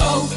Oh,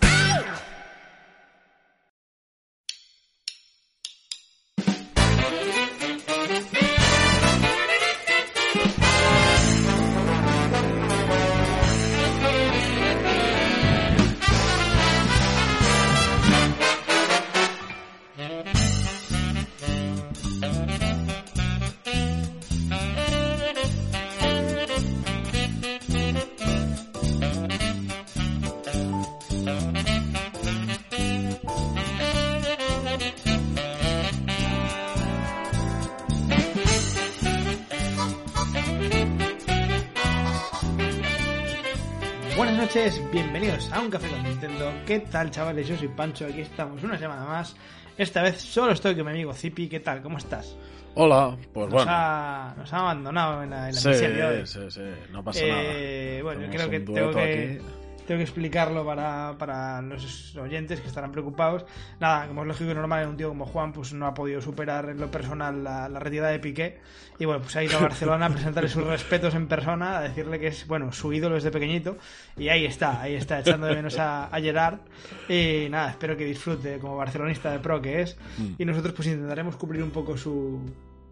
Buenas noches, bienvenidos a Un Café con Nintendo. ¿Qué tal, chavales? Yo soy Pancho, aquí estamos una semana más. Esta vez solo estoy con mi amigo Zipi. ¿Qué tal? ¿Cómo estás? Hola, pues Nos, bueno. ha, nos ha abandonado en la, en la Sí, misión de hoy. sí, sí, no pasa Eh, nada. bueno, Tenemos creo que un tengo dueto que, aquí. tengo que explicarlo para, para los oyentes que estarán preocupados. Nada, como es lógico y normal, un tío como Juan pues no ha podido superar en lo personal la, la retirada de Piqué. Y bueno, pues ha ido a Barcelona a presentarle sus respetos en persona, a decirle que es, bueno, su ídolo desde pequeñito. Y ahí está, ahí está, echando de menos a, a Gerard. Y nada, espero que disfrute como barcelonista de pro que es. Mm. Y nosotros pues intentaremos cubrir un poco su,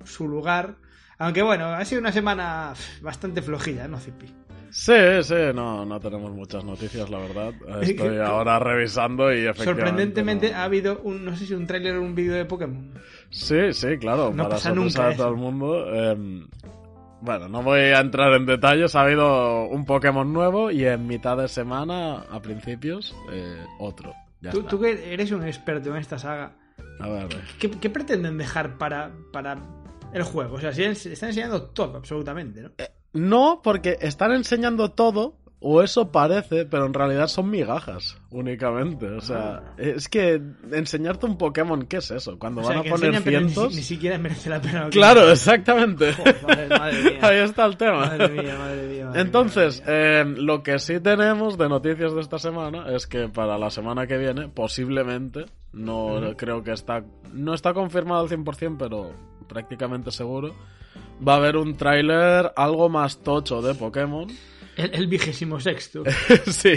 su lugar. Aunque bueno, ha sido una semana pf, bastante flojilla, ¿no, Zipi? Sí, sí, no, no tenemos muchas noticias, la verdad. Es que- Estoy ahora revisando y efectivamente. Sorprendentemente ah, no. ha habido un, no sé si un tráiler o un vídeo de Pokémon. Sí, sí, claro, No para pasa sorpresa nunca de eso. todo el mundo. eh, bueno, no voy a entrar en detalles. Ha habido un Pokémon nuevo y en mitad de semana, a principios, eh, otro. Ya Tú, está. tú que eres un experto en esta saga, A ver, a ver. ¿qué, qué pretenden dejar para, para el juego? O sea, si es- están enseñando todo, absolutamente, ¿no? Eh, No, porque están enseñando todo, o eso parece, pero en realidad son migajas únicamente. O sea, es que enseñarte un Pokémon, ¿qué es eso? Cuando Ah. O sea, van que a poner enseñan, pero ni si- cientos. Ni, siquiera merece la pena. lo que- Claro, exactamente. Joder, madre mía. Ahí está el tema. Madre mía, madre mía. madre Entonces, mía, eh, lo que sí tenemos de noticias de esta semana es que para la semana que viene, posiblemente, no creo que está, no está confirmado al 100%, pero prácticamente seguro, va a haber un tráiler algo más tocho de Pokémon. madre mía. el, el vigésimo sexto. sí.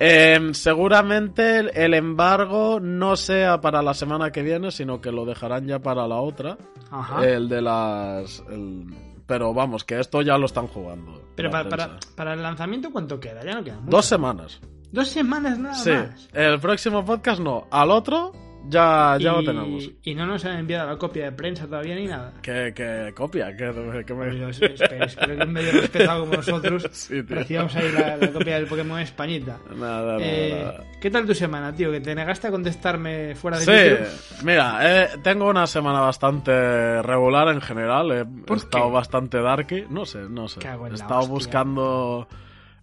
Eh, seguramente el- el embargo no sea para la semana que viene, sino que lo dejarán ya para la otra. Ajá. El de las... el- Pero vamos, que esto ya lo están jugando. Pero la para, para, prensa. para el lanzamiento, ¿cuánto queda? Ya no queda mucho. Dos semanas. Dos semanas nada Sí, más. el próximo podcast no. Al otro ya, ya lo Y- tenemos. Y no nos han enviado la copia de prensa todavía ni nada. ¿Qué, qué copia? ¿Qué, qué me- Pero es- espero, espero que un medio respetado como nosotros Sí, tío. recibamos ahí la, la copia del Pokémon Españita. Nada, nada, Eh, nada. ¿Qué tal tu semana, tío? Que te negaste a contestarme fuera de sitio. Sí, mira, eh, tengo una semana bastante regular en general. He ¿Por estado qué? bastante darky. No sé, no sé. Cago en He la estado hostia. buscando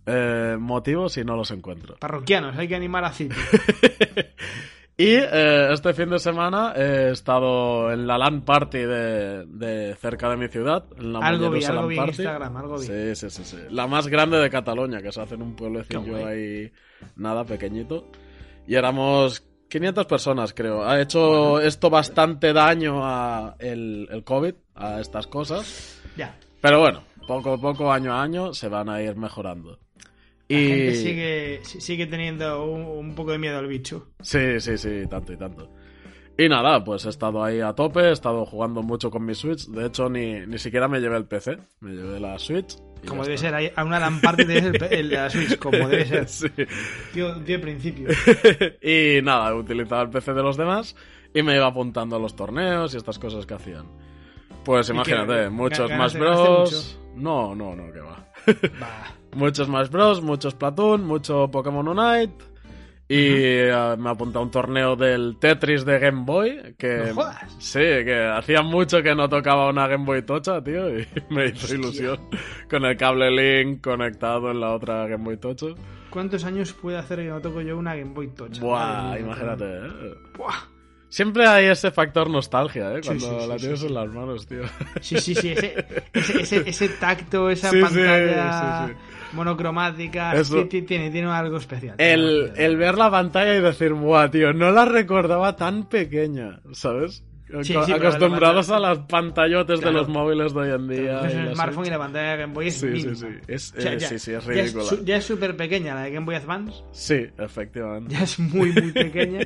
eh, motivos y no los encuentro. Parroquianos, hay que animar a City. Y eh, este fin de semana he estado en la LAN Party de, de cerca de mi ciudad. En la Algo vi, Mollerussa algo LAN vi en Party. Instagram, algo vi. Sí, sí, sí, sí. La más grande de Cataluña, que se hace en un Qué pueblecillo guay. ahí, nada, pequeñito. Y éramos 500 personas, creo. Ha hecho esto bastante daño a el, el COVID, a estas cosas. Ya. Pero bueno, poco a poco, año a año, se van a ir mejorando. La y... gente sigue, si- sigue teniendo un, un poco de miedo al bicho. Sí, sí, sí, tanto y tanto. Y nada, pues he estado ahí a tope, he estado jugando mucho con mi Switch. De hecho, ni, ni siquiera me llevé el PC, me llevé la Switch. y Como ya debe está. ser, ahí- a una lamparte debe ser el, el de la Switch, como debe ser. Sí. Tío, tío de principio. y nada, utilizaba el PC de los demás y me iba apuntando a los torneos y estas cosas que hacían. Pues ¿Y qué? imagínate, muchos ¿Ganaste- más ganaste Bros. No, no, no, que va. Bah. Muchos más Bros, muchos Platoon, mucho Pokémon Unite. Y eh, me apunté a un torneo del Tetris de Game Boy. Que, No jodas. Sí, que hacía mucho que no tocaba una Game Boy Tocha, tío. Y me hizo ilusión. Con el cable Link conectado en la otra Game Boy Tocha. ¿Cuántos años puede hacer que no toco yo una Game Boy Touch? Buah, Madre mía, imagínate, ¿eh? Buah. Siempre hay ese factor nostalgia, ¿eh? Sí, Cuando sí, sí, la sí, tienes sí. en las manos, tío. Sí, sí, sí, ese, ese, ese- ese tacto, esa Sí, sí, pantalla sí, monocromática, Eso. ti- ti- tiene, tiene algo especial. El, el ver la pantalla y decir, buah, tío, no la recordaba tan pequeña, ¿sabes? Sí, Ac- sí, pero Acostumbrados la a las pantallotes Claro. de los móviles de hoy en día. Ves y el las- smartphone y la pantalla de Game Boy es Sí, sí, mínima. sí. Es- O sea, eh, ya- sí, sí, es ya ridícula. su- Ya es súper pequeña la de Game Boy Advance. Sí, efectivamente. Ya es muy, muy pequeña.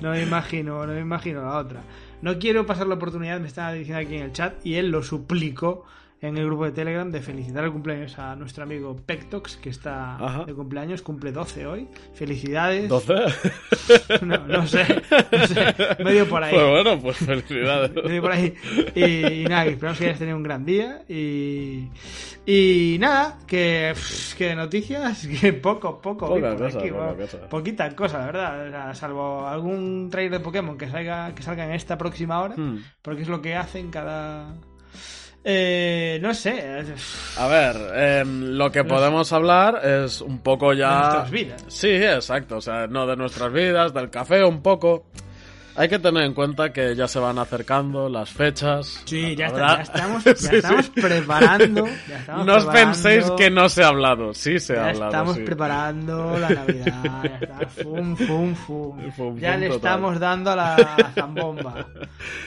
No me imagino, no me imagino la otra. No quiero pasar la oportunidad, me estaba diciendo aquí en el chat, y él lo suplicó en el grupo de Telegram de felicitar el cumpleaños a nuestro amigo Pectox, que está Ajá. de cumpleaños, cumple 12 hoy. Felicidades. ¿12? No, no sé, no sé, medio por ahí. Pues bueno, pues felicidades. Medio por ahí. Y, y nada, que esperamos que hayas tenido un gran día. Y, y nada, que, pff, que noticias, que poco, poco. Poca vi por cosa, poca bueno, cosa. Poquita cosa, la verdad. O sea, salvo algún trailer de Pokémon que salga, que salga en esta próxima hora, Hmm. porque es lo que hacen cada. Eh, no sé. A ver, em, lo que podemos hablar es un poco ya... De nuestras vidas. Sí, exacto. O sea, no de nuestras vidas, del café un poco. Hay que tener en cuenta que ya se van acercando las fechas. Sí, ya, está- Habrá- ya estamos, ya Sí, sí. estamos preparando. ya estamos No os penséis preparando. que no se ha hablado. Sí se ha Ya hablado. estamos sí. preparando la Navidad. Ya está. Fum, fum, fum. Fum, ya fum le total. estamos dando a la, a la zambomba.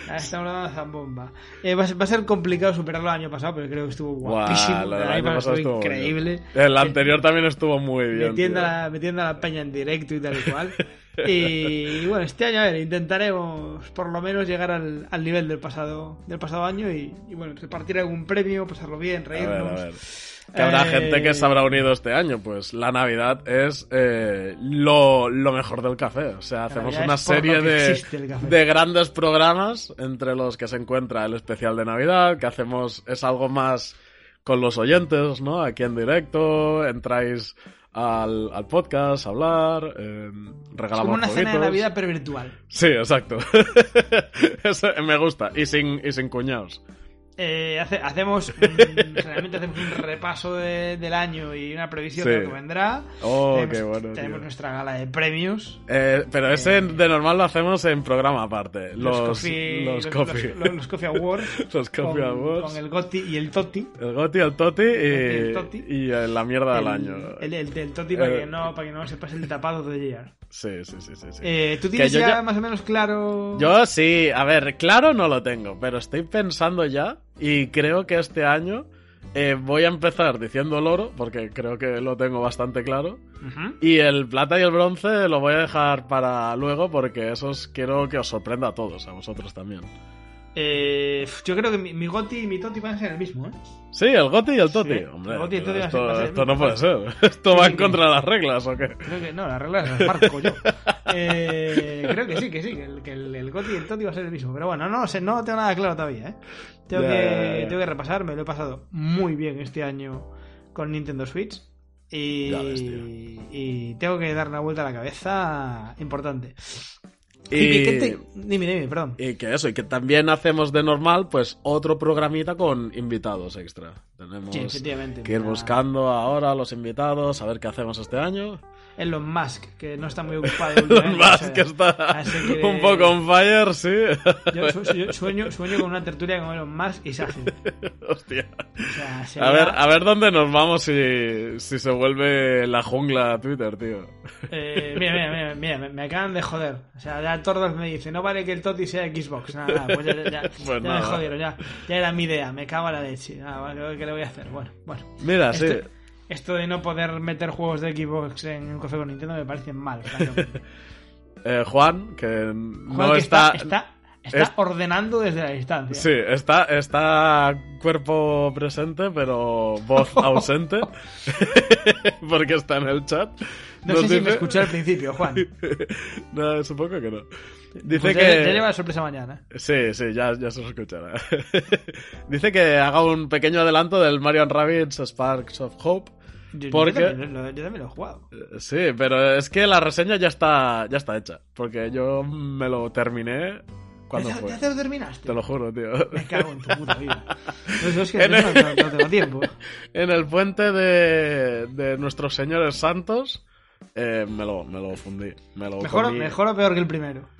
Ya le estamos dando a la zambomba. Eh, va, a ser, va a ser complicado superarlo el año pasado, pero creo que estuvo Guau, guapísimo. lo del El año año pasado pasado estuvo increíble. bueno. El anterior también estuvo muy bien. Metiendo tío. la, metiendo la peña en directo y tal y cual. Y bueno, este año, a ver, intentaremos por lo menos llegar al, al nivel del pasado, del pasado año y, y, bueno, repartir algún premio, pasarlo bien, A ver, reírnos. a ver. Que habrá Eh, gente que se habrá unido este año. Pues la Navidad es eh, lo, lo mejor del café. O sea, hacemos Navidad una es por lo serie que de, existe el café. de grandes programas entre los que se encuentra el especial de Navidad, que hacemos es algo más con los oyentes, ¿no? Aquí en directo, entráis al, al podcast, a hablar, eh, Es regalamos como una cena de juguetos. Navidad, pero virtual. Sí, exacto. Eso me gusta. Y sin, y sin cuñados. Eh, hace- hacemos mm, generalmente hacemos un repaso de- del año y una previsión de Sí. lo que vendrá. Oh, tenemos, qué bueno, tenemos tío. nuestra gala de premios. Eh, pero ese de normal lo hacemos en programa aparte. Los, coffee, los los- coffee. los- los- los coffee awards. Los con, Coffee Awards. Con el Gotti y el Totti. El Goti, el Toti y el Toti. y, y la mierda del El- año. El, el, el Totti para Eh. que, no, para que no se pase el tapado de Gerard. Sí, sí, sí, sí. sí. Eh, ¿Tú tienes yo ya, ya- más o menos claro? Yo sí, a ver, claro no lo tengo, pero estoy pensando ya y creo que este año eh, voy a empezar diciendo el oro, porque creo que lo tengo bastante claro. Ujú. Y el plata y el bronce lo voy a dejar para luego porque esos quiero que os sorprenda a todos, a vosotros también. Eh, yo creo que mi, mi Gotti y mi Totti van a ser el mismo, ¿eh? Sí, el Goti y el Toti. Sí, Hombre, el Goti y el Toti va a ser- va a esto, ser el esto no mismo. puede ser. Esto va Sí, en sí. contra de las reglas, ¿o qué? Creo que no, la regla las marco yo. Eh, creo que sí, que sí, que el, que el, el Goti y el Toti va a ser el mismo. Pero bueno, no sé, no tengo nada claro todavía, ¿eh? Tengo, Ya, que, ya, ya. tengo que repasar, me lo he pasado muy bien este año con Nintendo Switch. Y, Ya ves, tío. y tengo que dar una vuelta a la cabeza importante. Y, Y que te- Dime, dime, perdón. y que eso, y que también hacemos de normal, pues, otro programita con invitados extra. Tenemos Sí, efectivamente. que ir mira, buscando ahora a los invitados, a ver qué hacemos este año. Elon Musk, que no está muy ocupado. Los últimamente, o más sea, que está así que- un poco on fire, sí. Yo, su- yo sueño, sueño con una tertulia con Elon Musk y Sachin. Hostia. O sea, A sería- ver, a ver dónde nos vamos si, si se vuelve la jungla Twitter, tío. Eh, mira, mira, mira, mira, me, me acaban de joder. O sea, ya Tordos me dice, no vale que el Toti sea Xbox. Nada, nada, pues ya, ya, ya- ya me nada. jodieron, ya, ya era mi idea, me cago en la leche. Nada, bueno, ¿qué le voy a hacer? Bueno, bueno. Mira, Ah, sí. Esto, esto de no poder meter juegos de Xbox en un café con Nintendo me parece mal. francamente. Eh, Juan, que Joder, no que está, está, está, está es- ordenando desde la distancia. Sí, está, está cuerpo presente, pero voz ausente, porque está en el chat. no sé Nos si me dice- escuché al principio, Juan. Dice No, supongo que no. Dice pues ya, que... ya lleva la sorpresa mañana. Sí, sí, ya, ya se os escuchará. dice que haga un pequeño adelanto del Mario and Rabbids Sparks of Hope. Yo, yo Porque- también lo- yo también lo he jugado. Eh, Sí, pero es que la reseña ya está, ya está hecha, porque yo me lo terminé cuando ¿Ya, te- fue. ya te lo terminaste? Te lo juro, tío. Me cago en tu puta vida. Pues es que En no, el- no- no tengo tiempo. En el puente de, de nuestros señores santos, eh, me, lo, me lo fundí. Me lo Mejor, o- comí. mejor o peor que el primero.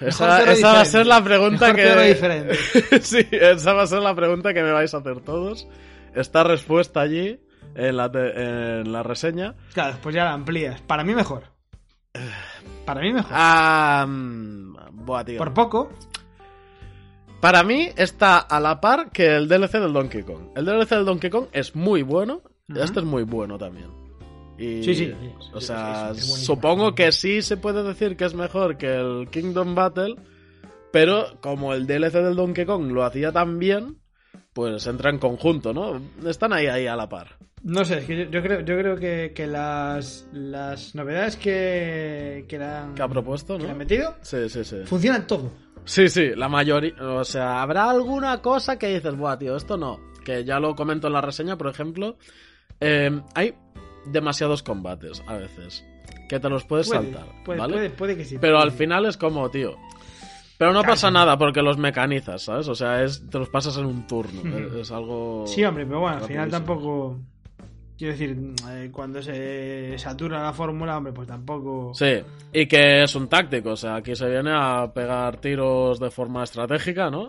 Esa, cero esa va a diferente. ser la pregunta Mejor cero que. sí, esa va a ser la pregunta que me vais a hacer todos. Está respuesta allí, en la, te- en la reseña. Claro, después ya la amplías. Para mí mejor. Para mí mejor. Ah, mm, buah, tío. Por poco. Para mí está a la par que el DLC del Donkey Kong. El DLC del Donkey Kong es muy bueno. Ujú. Este es muy bueno también. Y, Sí, sí, sí, O sí, sea, es- es buenísimo. supongo que sí se puede decir que es mejor que el Kingdom Battle. Pero como el DLC del Donkey Kong lo hacía tan bien, pues entra en conjunto, ¿no? Están ahí, ahí a la par. No sé, es que yo, yo creo, yo creo que, que las, las novedades que, que, la han, ¿Qué ha propuesto, Mm. que le han no? metido Sí, sí, sí. funcionan todo. Sí, sí, la mayoría. O sea, habrá alguna cosa que dices, buah, tío, esto no. Que ya lo comento en la reseña, por ejemplo. Eh, hay demasiados combates a veces. Que te los puedes Puede, saltar, puede, ¿vale? puede, puede que sí. Pero puede al que- final es como, tío. Pero no pasa nada porque los mecanizas, ¿sabes? O sea, es, te los pasas en un turno. Ujú. Es, es algo. Sí, hombre, pero bueno, al final rapidísimo. tampoco. Quiero decir, eh, cuando se satura la fórmula, hombre, pues tampoco. Sí, y que es un táctico, o sea, aquí se viene a pegar tiros de forma estratégica, ¿no?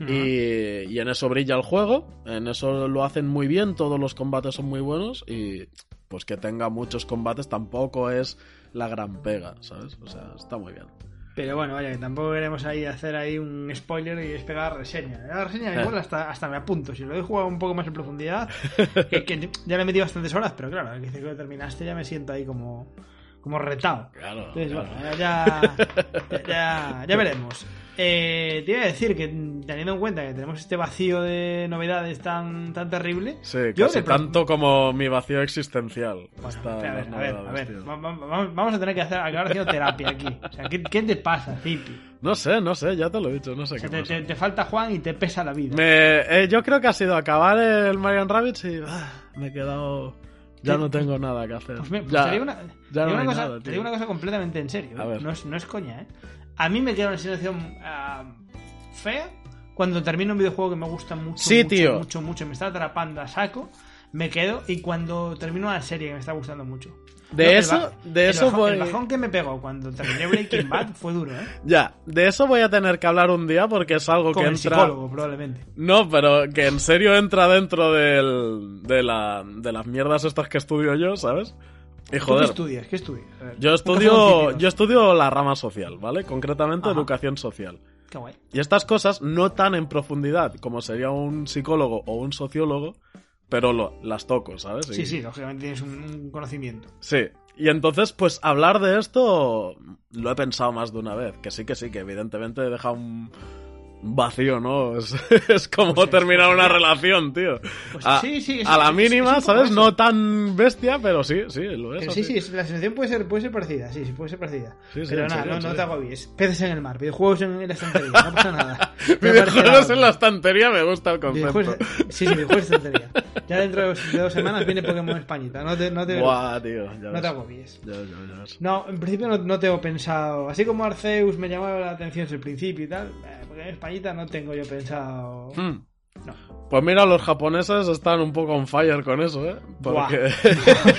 Ujú. y, y en eso brilla el juego, en eso lo hacen muy bien, todos los combates son muy buenos y pues que tenga muchos combates tampoco es la gran pega, ¿sabes? O sea, está muy bien. Pero bueno, vaya, que tampoco queremos ahí hacer ahí un spoiler y es pegar reseña. La reseña Eh. igual hasta, hasta me apunto. Si lo he jugado un poco más en profundidad, que, que ya le he metido bastantes horas, pero claro, que que lo terminaste ya me siento ahí como, como retado. Claro. Entonces, bueno, ya, ya, ya- ya veremos. Eh, te iba a decir que teniendo en cuenta que tenemos este vacío de novedades tan, tan terrible, Sí, yo casi de pro- tanto como mi vacío existencial. Bueno, Está a ver, las a ver, a novedades, ver, tío. va- va- vamos, vamos a tener que hacer, acabar haciendo terapia aquí. O sea, ¿qué, qué te pasa, Zipi? No sé, no sé, ya te lo he dicho, no sé O sea, qué te, pasa. te- te falta Juan y te pesa la vida. Me- eh, yo creo que ha sido acabar el Marian Rabbits y ah, me he quedado... Ya Te- no tengo nada que hacer. Pues me- pues Ya- te digo una, te digo ya no una hay cosa, nada, te tío. digo una cosa completamente en serio. A ¿eh? ver. No, es, no es coña, ¿eh? A mí me queda una sensación ah, fea cuando termino un videojuego que me gusta mucho, Sí, mucho, tío. mucho, mucho, me está atrapando a saco, me quedo y cuando termino una serie que me está gustando mucho. De el eso- baj- de el eso bajón- voy- El bajón que me pegó cuando terminé Breaking Bad fue duro, ¿eh? Ya, de eso voy a tener que hablar un día porque es algo Con que el entra. psicólogo, probablemente. No, pero que en serio entra dentro del, de, la, de las mierdas estas que estudio yo, ¿sabes? ¿Tú Y qué joder, estudias? ¿Qué estudias? A ver, yo un cazador de estudio, yo vampiros. estudio la rama social, ¿vale? Concretamente Ajá. educación social. Qué guay. Y estas cosas no tan en profundidad como sería un psicólogo o un sociólogo, pero lo- las toco, ¿sabes? Y- Sí, sí, lógicamente tienes un- un conocimiento. Sí. Y entonces, pues hablar de esto lo he pensado más de una vez. Que sí, que sí, que evidentemente deja un vacío, ¿no? Es, es como Pues es, terminar pues una es. relación, tío. Ah, Pues a, sí, sí, es- a la es- es un mínima, poco ¿sabes? eso. No tan bestia, pero sí, sí, lo es. Pero sí, así. sí, es- la sensación puede ser, puede ser parecida, sí, sí, puede ser parecida. Sí, sí, Pero en nada, serio, no, en no te serio. agobies. Peces en el mar, videojuegos en la estantería, no pasa nada. Me Videojuegos parecerá- en la estantería me gusta el videojuegos- concepto. Sí, sí, videojuegos en la estantería. Ya dentro de dos, de dos semanas viene Pokémon Españita, no te, no te, Buah, tío. Ya no ves. te agobies. Ya ves, ya ves, ya ves. No, en principio no, no tengo pensado. Así como Arceus me llamaba la atención desde el principio y tal, eh, Pokémon Españita no tengo yo pensado. Mm. No. Pues mira, los japoneses están un poco on fire con eso, ¿eh? Buah. Porque...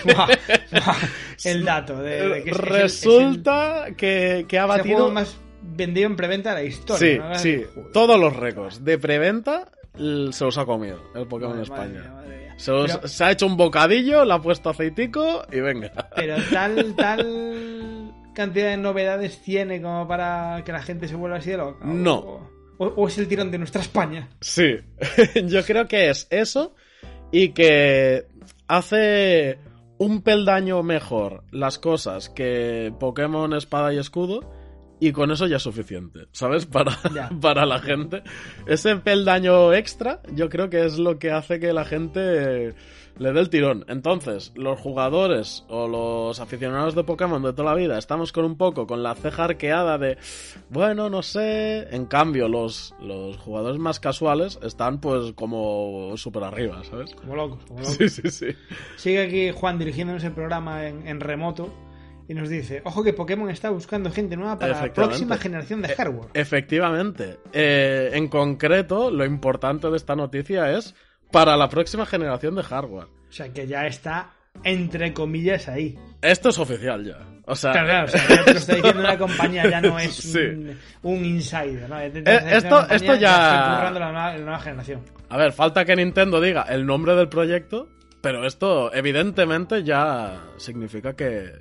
Buah, buah. el dato de, de que es- es el- es el- Resulta que, que ha Es el batido. juego más vendido en preventa de la sí, historia. ¿no? sí. Joder. Todos los récords de preventa l- se los ha comido el Pokémon Madre- España. madre mía, madre mía. Se, los- Pero- se ha hecho un bocadillo, le ha puesto aceitico y venga. Pero tal, tal cantidad de novedades tiene como para que la gente se vuelva así de loca. o- No. O, o es el tirón de nuestra España. Sí, yo creo que es eso y que hace un peldaño mejor las cosas que Pokémon Espada y Escudo y con eso ya es suficiente, ¿sabes? Para, Ya. para la gente. Ese peldaño extra yo creo que es lo que hace que la gente le dé el tirón. Entonces, los jugadores o los aficionados de Pokémon de toda la vida estamos con un poco con la ceja arqueada de bueno, no sé. En cambio, los, los jugadores más casuales están pues como súper arriba, ¿sabes? Como locos, como locos. Sí, sí, sí. Sigue aquí Juan dirigiéndonos el programa en, en remoto y nos dice: Ojo que Pokémon está buscando gente nueva para la Efectivamente. Eh, próxima generación de hardware. Efectivamente. Eh, en concreto, lo importante de esta noticia es para la próxima generación de hardware. O sea que ya está entre comillas, ahí. Esto es oficial ya. O sea, Claro, claro, o sea, ya te lo está diciendo una compañía, ya no es Sí. un, un insider. ¿no? Ya te- te Eh, está diciendo esto- una compañía, esto ya- está currando la nueva, la nueva generación. A ver, falta que Nintendo diga el nombre del proyecto, pero esto evidentemente ya significa que,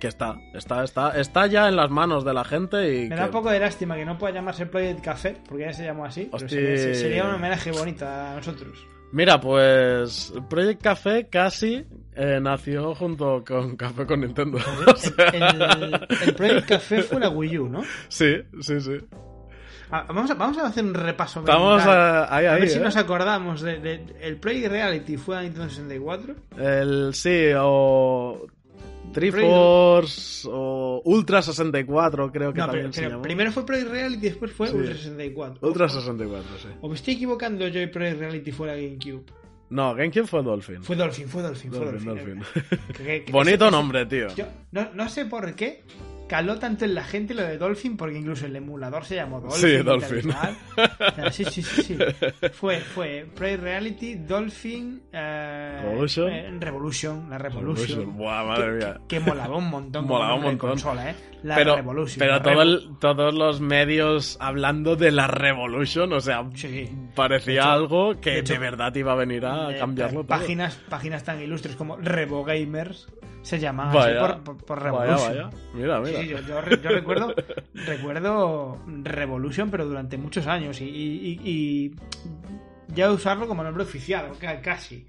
que está, está, está, está ya en las manos de la gente y Me que- da un poco de lástima que no pueda llamarse Project Café, porque ya se llamó así. pero Hostia. sería, sería un homenaje bonito a nosotros. Mira, pues Project Café casi eh, nació junto con Café con Nintendo. O sea, El, el Project Café fue la Wii U, ¿no? sí, sí, sí. Ah, Vamos a, vamos a hacer un repaso. Estamos mental. eh, ahí, A ahí. ver si eh. nos acordamos de, de- el Project Reality fue a Nintendo 64. El sí, o Triforce o Ultra 64 creo que No, pero, también se pero llamó. primero fue Project Reality y después fue Sí. Ultra 64. Ultra 64, sí. ¿O me estoy equivocando yo y Project Reality fuera GameCube? No, GameCube fue Dolphin. Fue Dolphin, fue Dolphin, fue Dolphin, Dolphin. Dolphin. Que- que- que- Bonito ese- nombre, tío. Yo no, no sé por qué caló tanto en la gente lo de Dolphin, porque incluso el emulador se llamó Dolphin. Sí, y tal y Dolphin. cual. O sea, sí, sí, sí, sí. Fue, fue Play Reality, Dolphin, eh, Revolution. eh, Revolution, la Revolution. Buah, madre mía. Que molaba un montón. Molaba como un nombre de montón. Consola, ¿eh? La Pero, Revolution. pero la todo Revo- el- todos los medios hablando de la Revolution, o sea, Sí. parecía algo que de, de hecho, verdad iba a venir a eh, cambiarlo. todo. páginas, páginas tan ilustres como RevoGamers se llamaban así Vaya, por, por- por vaya, Revolution. vaya. Mira, Sí, mira. sí, yo, yo re- yo recuerdo, recuerdo Revolution, pero durante muchos años. Y, y- y- y ya usarlo como nombre oficial, o ca- casi.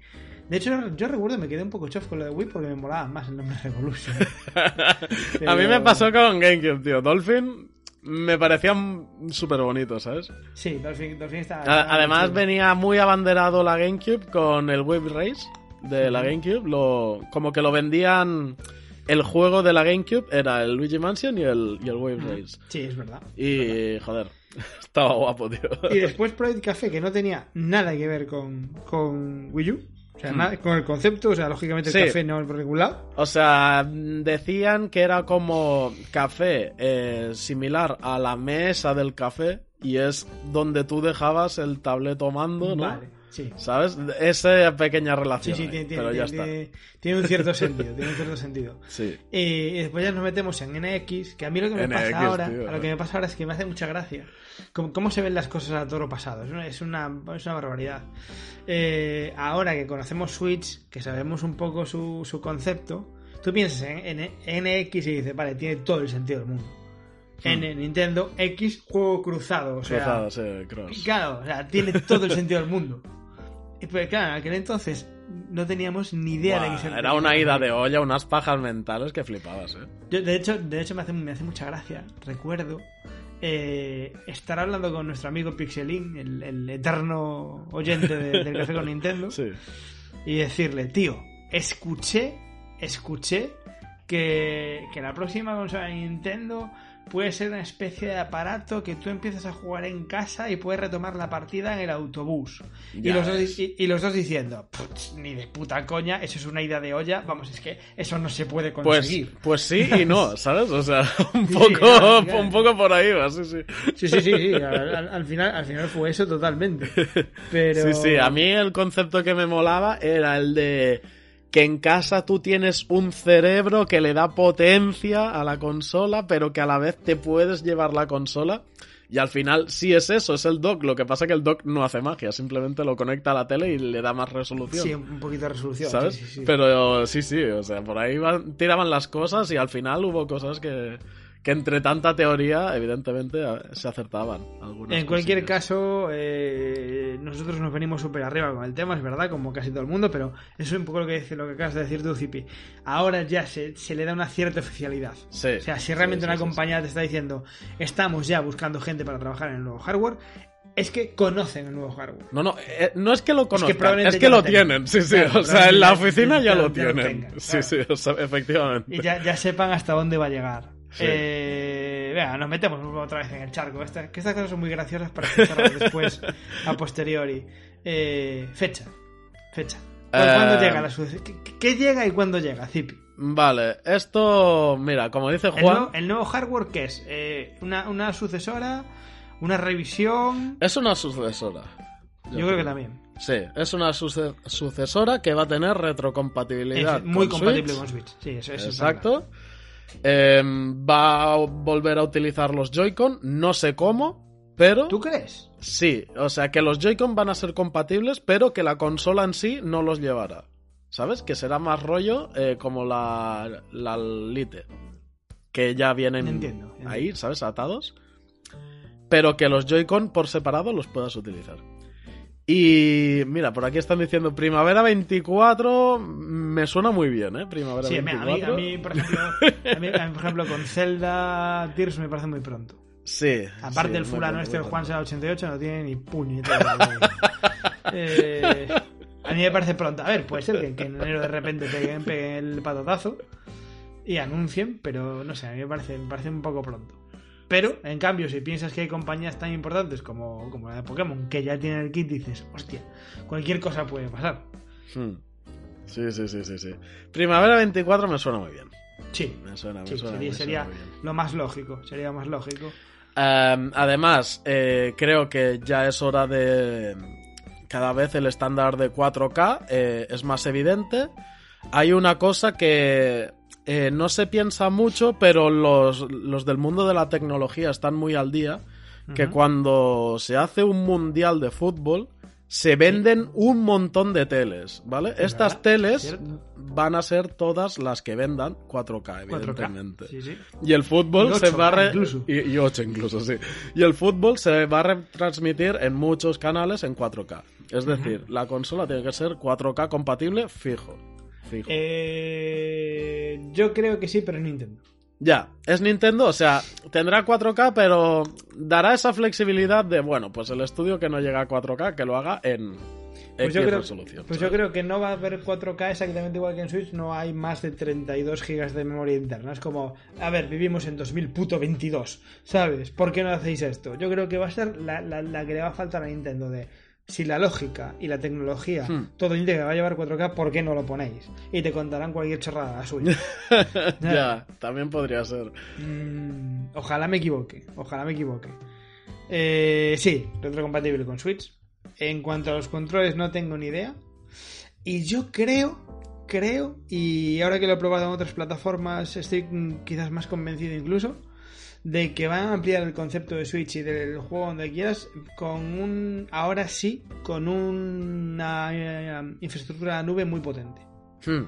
De hecho, yo recuerdo me quedé un poco chof con lo de Wii porque me molaba más el nombre Revolution. A mí me Pero- pasó con GameCube, tío. Dolphin me parecía m- súper bonito, ¿sabes? Sí, Dolphin, Dolphin está. A- está Además muy chulo. venía muy abanderado la GameCube con el Wave Race de la GameCube. Lo, como que lo vendían... El juego de la GameCube era el Luigi Mansion y el, y el Wave Race. Sí, es verdad. Y, joder, estaba guapo, tío. Y después Project Café, que no tenía nada que ver con, con Wii U. O sea, nada- con el concepto, o sea, lógicamente el Hmm. Sí. café no es por ningún lado. O sea, mm, decían que era como café eh, similar a la mesa del café y es donde tú dejabas el tableto mando, ¿no? Vale, sí. ¿Sabes? Esa pequeña Sí, relación. sí, ahí, tiene, tiene- pero ya está. tiene- tiene un cierto sentido, tiene un cierto sentido. Sí. Eh, y después ya nos metemos en NX, que a mí lo que me NX, pasa ahora, tío. eh. a lo que me pasa ahora es que me hace mucha gracia. Cómo, cómo se ven las cosas a toro pasado, es una, es una, es una barbaridad. Eh, ahora que conocemos Switch, que sabemos un poco su, su concepto, tú piensas en, en NX y dices, vale, tiene todo el sentido del mundo. N, Nintendo, X, juego cruzado. O sea, Hmm. Cruzado, sí, cross. Claro, o sea, tiene todo el sentido del mundo. Y, Pero claro, en aquel entonces no teníamos ni idea de Buah, que se era una ida de olla, unas pajas mentales que flipabas, eh. Yo, de hecho, de hecho me, hace, me hace mucha gracia, recuerdo, eh, estar hablando con nuestro amigo Pixelin, el, el eterno oyente de- del café con Nintendo, Sí. y decirle, tío, escuché, escuché que, que la próxima consola de Nintendo puede ser una especie de aparato que tú empiezas a jugar en casa y puedes retomar la partida en el autobús. Y Ya los, dos, ves. y, y los dos diciendo, "Putz, ni de puta coña, eso es una idea de olla, vamos, es que eso no se puede Pues, conseguir. pues sí y no, ¿sabes? O sea, un Sí, poco, claro, claro. un poco por ahí va, sí, sí. Sí, sí, sí, sí, Al, al- al final, al final fue eso totalmente. Pero... Sí, sí, a mí el concepto que me molaba era el de que en casa tú tienes un cerebro que le da potencia a la consola, pero que a la vez te puedes llevar la consola. Y al final sí es eso, es el dock. Lo que pasa que el dock no hace magia, simplemente lo conecta a la tele y le da más resolución. Sí, un poquito de resolución. ¿Sabes? sí, sí, sí. Pero sí, sí, o sea, por ahí van- tiraban las cosas y al final hubo cosas que, que entre tanta teoría, evidentemente, a- se acertaban. algunas En cualquier cosillas. caso, eh, nosotros nos venimos súper arriba con el tema, es verdad, como casi todo el mundo, pero eso es un poco lo que, dice, lo que acabas de decir tú, Zipi. Ahora ya se, se le da una cierta oficialidad. Sí. O sea, si realmente Sí, sí, una sí, sí. compañía te está diciendo, estamos ya buscando gente para trabajar en el nuevo hardware, es que conocen el nuevo hardware. No, no, eh, no es que lo conozcan, probablemente ya es que lo lo tengan. tienen, sí, sí, Claro, o sea, en la oficina probablemente ya ya- ya lo lo tienen, tengan, sí, claro. sí, o sea, efectivamente. Y ya, ya sepan hasta dónde va a llegar. Sí. Eh, venga, nos metemos otra vez en el charco. Estas, que estas cosas son muy graciosas para escucharlas después, a posteriori. Eh, fecha. Fecha. ¿Cu- Eh, ¿Cuándo llega la sucesión? ¿Qué, qué llega y cuándo llega, Zipi? Vale, esto, mira, como dice ¿El, nuevo- Juan, el nuevo hardware qué es? Eh, una, una sucesora? ¿Una revisión? Eh, es una sucesora. Yo creo que también. Sí, es una suce- sucesora que va a tener retrocompatibilidad. Es muy con compatible Switch. con Switch. Sí, eso, eso está Exacto. Em, va a volver a utilizar los Joy-Con, no sé cómo, pero claro. ¿Tú crees? sí, o sea que los Joy-Con van a ser compatibles, pero que la consola en sí no los llevará. ¿Sabes? Que será más rollo eh, como la, la Lite, que ya vienen Entiendo, entiendo. Em, ahí, ¿sabes? Atados. Pero que los Joy-Con por separado los puedas utilizar. Y mira, por aquí están diciendo Primavera 24, me suena muy bien, ¿eh? Primavera Sí, a mí, 24. a mí- a mí, por ejemplo, a mí- a mí, por ejemplo, con Zelda Tears me parece muy pronto. Sí. Aparte, el fulano este, el Juan Sera 88, no tiene ni puñetera idea. eh, A mí me parece pronto. A ver, puede ser que, que en enero de repente peguen, peguen el patotazo y anuncien, pero no sé, a mí me parece, me parece un poco pronto. Pero, en cambio, si piensas que hay compañías tan importantes como, como la de Pokémon, que ya tienen el kit, dices, hostia, cualquier cosa puede pasar. Hmm. Sí, sí, sí, sí, sí. Primavera 24 me suena muy bien. Sí, Me suena, me sí, sería, suena, me suena sería muy bien. lo más lógico. Sería lo más lógico. Em, además, eh, creo que ya es hora de... Cada vez el estándar de 4K eh, es más evidente. Hay una cosa que eh, no se piensa mucho, pero los, los del mundo de la tecnología están muy al día, que Ujú. cuando se hace un mundial de fútbol, se venden un montón de teles, ¿vale? Estas verdad, teles cierto. van a ser todas las que vendan 4K, 4K. evidentemente. Sí, sí. Y el fútbol Y se ocho, va a re- incluso. Y, 8 incluso, sí. Y el fútbol se va a retransmitir en muchos canales en 4K. Es decir, la consola tiene que ser 4K compatible fijo. Fijo. Eh, yo creo que sí, pero Nintendo. Ya, es Nintendo, o sea, tendrá 4K, pero dará esa flexibilidad de, bueno, pues el estudio que no llega a 4K, que lo haga en Pues, X yo, creo, resolución. pues yo ¿sabes? creo que no va a haber 4K exactamente igual que en Switch. No hay más de 32 GB de memoria interna. Es como, a ver, vivimos en 2022, ¿sabes? ¿Por qué no hacéis esto? Yo creo que va a ser la, la- la que le va a faltar a Nintendo de... Si la lógica y la tecnología Hmm. todo indica que va a llevar 4K, ¿por qué no lo ponéis? Y te contarán cualquier chorrada la suya. ya, también podría ser. Mm, ojalá me equivoque, ojalá me equivoque. Eh, sí, retrocompatible con Switch. En cuanto a los controles, no tengo ni idea. Y yo creo, creo, y ahora que lo he probado en otras plataformas, estoy mm, quizás más convencido incluso, de que van a ampliar el concepto de Switch y del juego donde quieras con un, ahora sí, con una eh, infraestructura de la nube muy potente Hmm,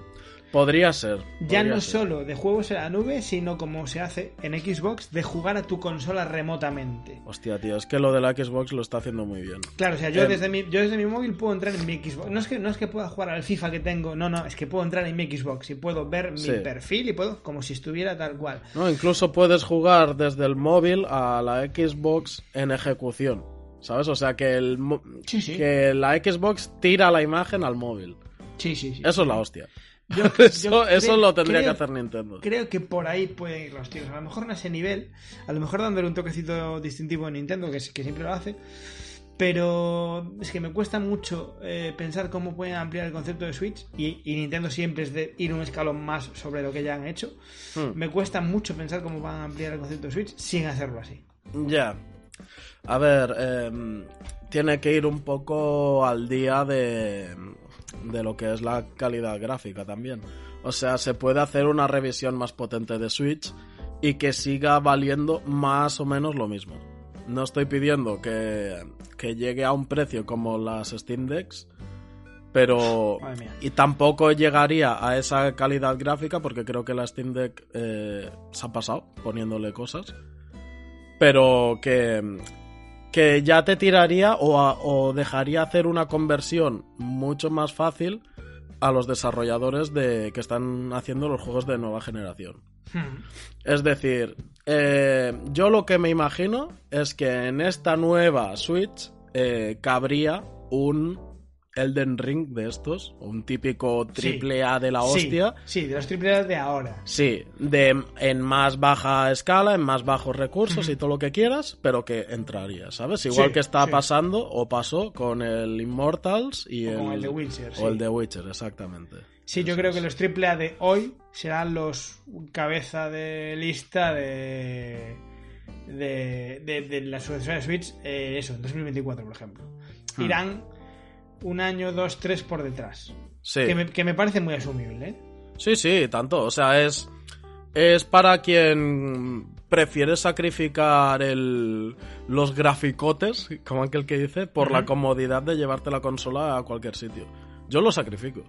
Podría ser. ya podría no ser. solo de juegos en la nube, sino como se hace en Xbox, de jugar a tu consola remotamente. Hostia, tío, es que lo de la Xbox lo está haciendo muy bien. Claro, o sea, yo, Em. desde mi, yo desde mi móvil puedo entrar en mi Xbox. No es, que, no es que pueda jugar al FIFA que tengo, no, no, es que puedo entrar en mi Xbox y puedo ver Sí. mi perfil y puedo, como si estuviera tal cual. No, incluso puedes jugar desde el móvil a la Xbox en ejecución. ¿Sabes? O sea, que, el mo- Sí, sí. que la Xbox tira la imagen al móvil. Sí, sí, sí. Eso es la hostia. Yo- yo Eso, eso creo- lo tendría creo- que hacer Nintendo. Creo que por ahí pueden ir los tiros. A lo mejor no a ese nivel, a lo mejor dándole un toquecito distintivo a Nintendo, que, sí- que siempre lo hace. Pero es que me cuesta mucho eh, pensar cómo pueden ampliar el concepto de Switch. Y, y Nintendo siempre es de ir un escalón más sobre lo que ya han hecho. Hmm. Me cuesta mucho pensar cómo van a ampliar el concepto de Switch sin hacerlo así. Ya. A ver, em, tiene que ir un poco al día de, de lo que es la calidad gráfica también. O sea, se puede hacer una revisión más potente de Switch y que siga valiendo más o menos lo mismo. No estoy pidiendo que, que llegue a un precio como las Steam Decks, pero... Madre mía. Y tampoco llegaría a esa calidad gráfica porque creo que la Steam Deck eh, se ha pasado poniéndole cosas pero que, que ya te tiraría o, a- o dejaría hacer una conversión mucho más fácil a los desarrolladores de, que están haciendo los juegos de nueva generación. Hmm. Es decir, eh, yo lo que me imagino es que en esta nueva Switch eh, cabría un Elden Ring de estos, un típico triple A de la hostia. Sí, sí, de los AAA de ahora. Sí, de, en más baja escala, en más bajos recursos y todo lo que quieras, pero que entraría, ¿sabes? Igual Sí, que está sí. pasando o pasó con el Immortals y O el, con el The Witcher, O sí. el The Witcher, exactamente. Sí, yo Eso creo es. que los AAA de hoy serán los cabeza de lista de Ah. de, de, de la sucesora de Switch, eh, eso, en 2024, por ejemplo. Irán un año, dos, tres por detrás. Sí. Que, me, que me parece muy asumible. ¿eh? Sí, sí, tanto. O sea, es. Es para quien prefiere sacrificar el, los graficotes, como aquel que dice, por la comodidad de llevarte la consola a cualquier sitio. Yo lo sacrifico.